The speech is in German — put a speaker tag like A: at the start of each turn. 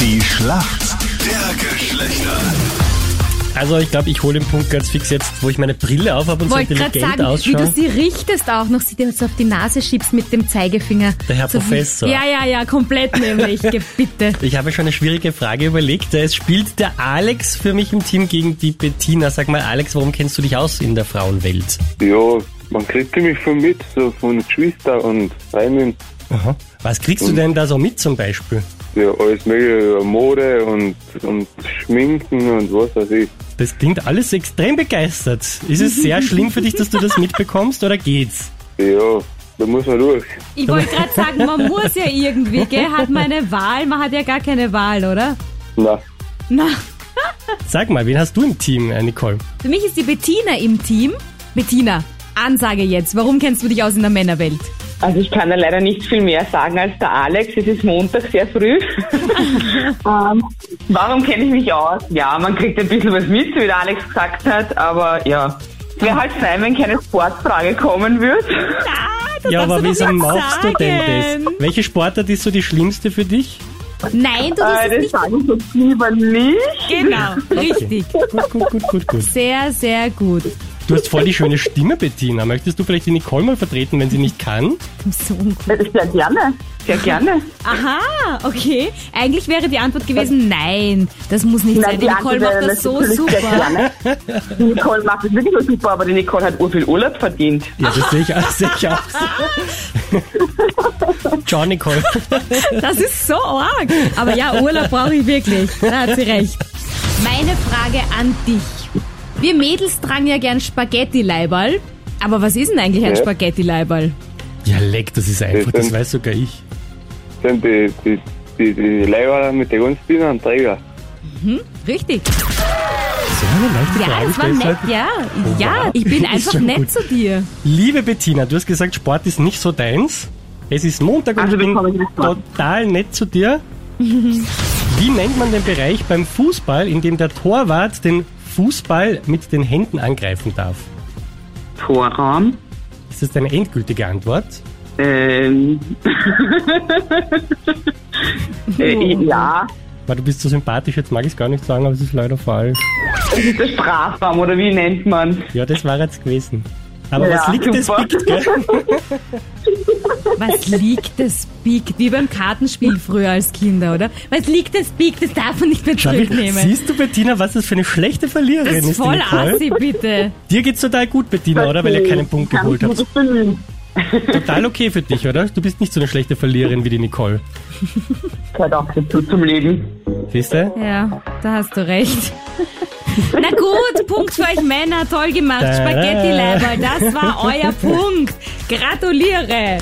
A: Die Schlacht der Geschlechter.
B: Also ich glaube, ich hole den Punkt ganz fix jetzt, wo ich meine Brille auf habe und so
C: Wollte gerade
B: intelligent
C: sagen, wie du
B: ausschaue.
C: sie richtest auch noch, sie dir so auf die Nase schiebst mit dem Zeigefinger.
B: Der Herr
C: so wie-
B: Professor.
C: Ja, ja, ja, komplett nämlich. Ge- Bitte.
B: Ich habe schon eine schwierige Frage überlegt. Es spielt der Alex für mich im Team gegen die Bettina. Sag mal, Alex, warum kennst du dich aus in der Frauenwelt?
D: Ja, man kriegt ziemlich viel mit, so von Geschwister und Reimen.
B: Aha. Was kriegst du
C: Mm.
B: denn da so mit zum Beispiel?
D: Ja, alles mögliche, Mode und, und Schminken und was weiß ich.
B: Das klingt alles extrem begeistert. Ist es sehr schlimm für dich, dass du das mitbekommst oder geht's?
D: Ja, da muss man durch.
C: Ich wollte gerade sagen, man muss ja irgendwie, gell? Hat man eine Wahl? Man hat ja gar keine Wahl, oder?
D: Na,
C: Na,
B: Sag mal, wen hast du im Team, äh, Nicole?
C: für mich ist die Bettina im Team. Bettina, Ansage jetzt. Warum kennst du dich aus in der Männerwelt?
E: Also ich kann da leider nicht viel mehr sagen als der Alex. Es ist Montag sehr früh. ähm, warum kenne ich mich aus? Ja, man kriegt ein bisschen was mit, wie der Alex gesagt hat, aber ja. Wäre halt fein, wenn keine Sportfrage kommen würde.
C: Ah, das
B: ja,
C: darfst
B: aber
C: du doch
B: wieso
C: nicht
B: machst du denn
C: sagen.
B: das? Welche Sportart ist so die schlimmste für dich?
C: Nein, du darfst
E: Äh,
C: es
E: das
C: nicht.
E: sage ich jetzt lieber nicht.
C: Genau, richtig.
B: Gut, gut, gut, gut, gut.
C: Sehr, sehr gut.
B: Du hast voll die schöne Stimme, Bettina. Möchtest du vielleicht die Nicole mal vertreten, wenn sie nicht kann?
C: So uncool.
E: Sehr gerne. Sehr gerne.
C: Aha, okay. Eigentlich wäre die Antwort gewesen, nein, das muss nicht sein. Die
E: Nein,
C: Nicole
E: andere
C: macht das so
E: natürlich
C: super.
E: sehr gerne. Die Nicole macht das wirklich so super, aber die Nicole hat urviel Urlaub verdient.
B: Ja, das sehe ich, das sehe ich auch. so. Ciao, Nicole.
C: Das ist so arg. Aber ja, Urlaub brauche ich wirklich. Da hat sie recht. Meine Frage an dich. Wir Mädels tragen ja gern Spaghetti-Leiberl. Aber was ist denn eigentlich ein
D: Ja.
C: Spaghetti-Leiberl?
B: Ja, leck, das ist einfach, das weiß sogar ich.
D: sind die, die, die, die Leiber mit den ganzen Dienern und Träger.
C: Richtig.
B: So eine leichte
C: Ja,
B: Frage
C: das war
B: stellst du
C: nett,
B: halt.
C: ja. Ja,
B: Wow.
C: ich bin
B: Ist
C: einfach
B: schon
C: nett
B: gut.
C: zu dir.
B: Liebe Bettina, du hast gesagt, Sport ist nicht so deins. Es ist Montag und
E: Also
B: ich
E: bekomme ich
B: bin
E: das Wort.
B: total nett zu dir. Wie nennt man den Bereich beim Fußball, in dem der Torwart den Fußball mit den Händen angreifen darf?
E: Torraum.
B: Ist das deine endgültige Antwort?
E: Ähm. äh, ja,
B: Weil du bist so sympathisch, jetzt mag ich es gar nicht sagen, aber es ist leider falsch.
E: das ist der Strafraum, oder wie nennt man
B: Ja, das war jetzt gewesen. Aber
E: Ja,
B: was liegt, das
E: super.
B: biegt, gell?
C: Was liegt, das biegt. Wie beim Kartenspiel früher als Kinder, oder? Was liegt, das biegt. Das darf man nicht mehr
B: Schau, wie-
C: zurücknehmen.
B: Siehst du, Bettina, was das für eine schlechte
C: Das
B: Verliererin
C: ist
B: ist, die
C: voll
B: Nicole?
C: assi, bitte.
B: Dir geht's total gut, Bettina, oder? Weil ihr keinen Punkt
E: Kann
B: geholt
E: ich
B: habt.
E: mich bemühen.
B: Total okay für dich, oder? Du bist nicht so eine schlechte Verliererin wie die Nicole.
E: Gehört auch dazu zum Leben.
B: Siehst du?
C: Ja, da hast du recht. Na gut, Punkt für euch Männer. Toll gemacht.
B: Tada.
C: Spaghetti-Leiberl, das war euer Punkt. Gratuliere.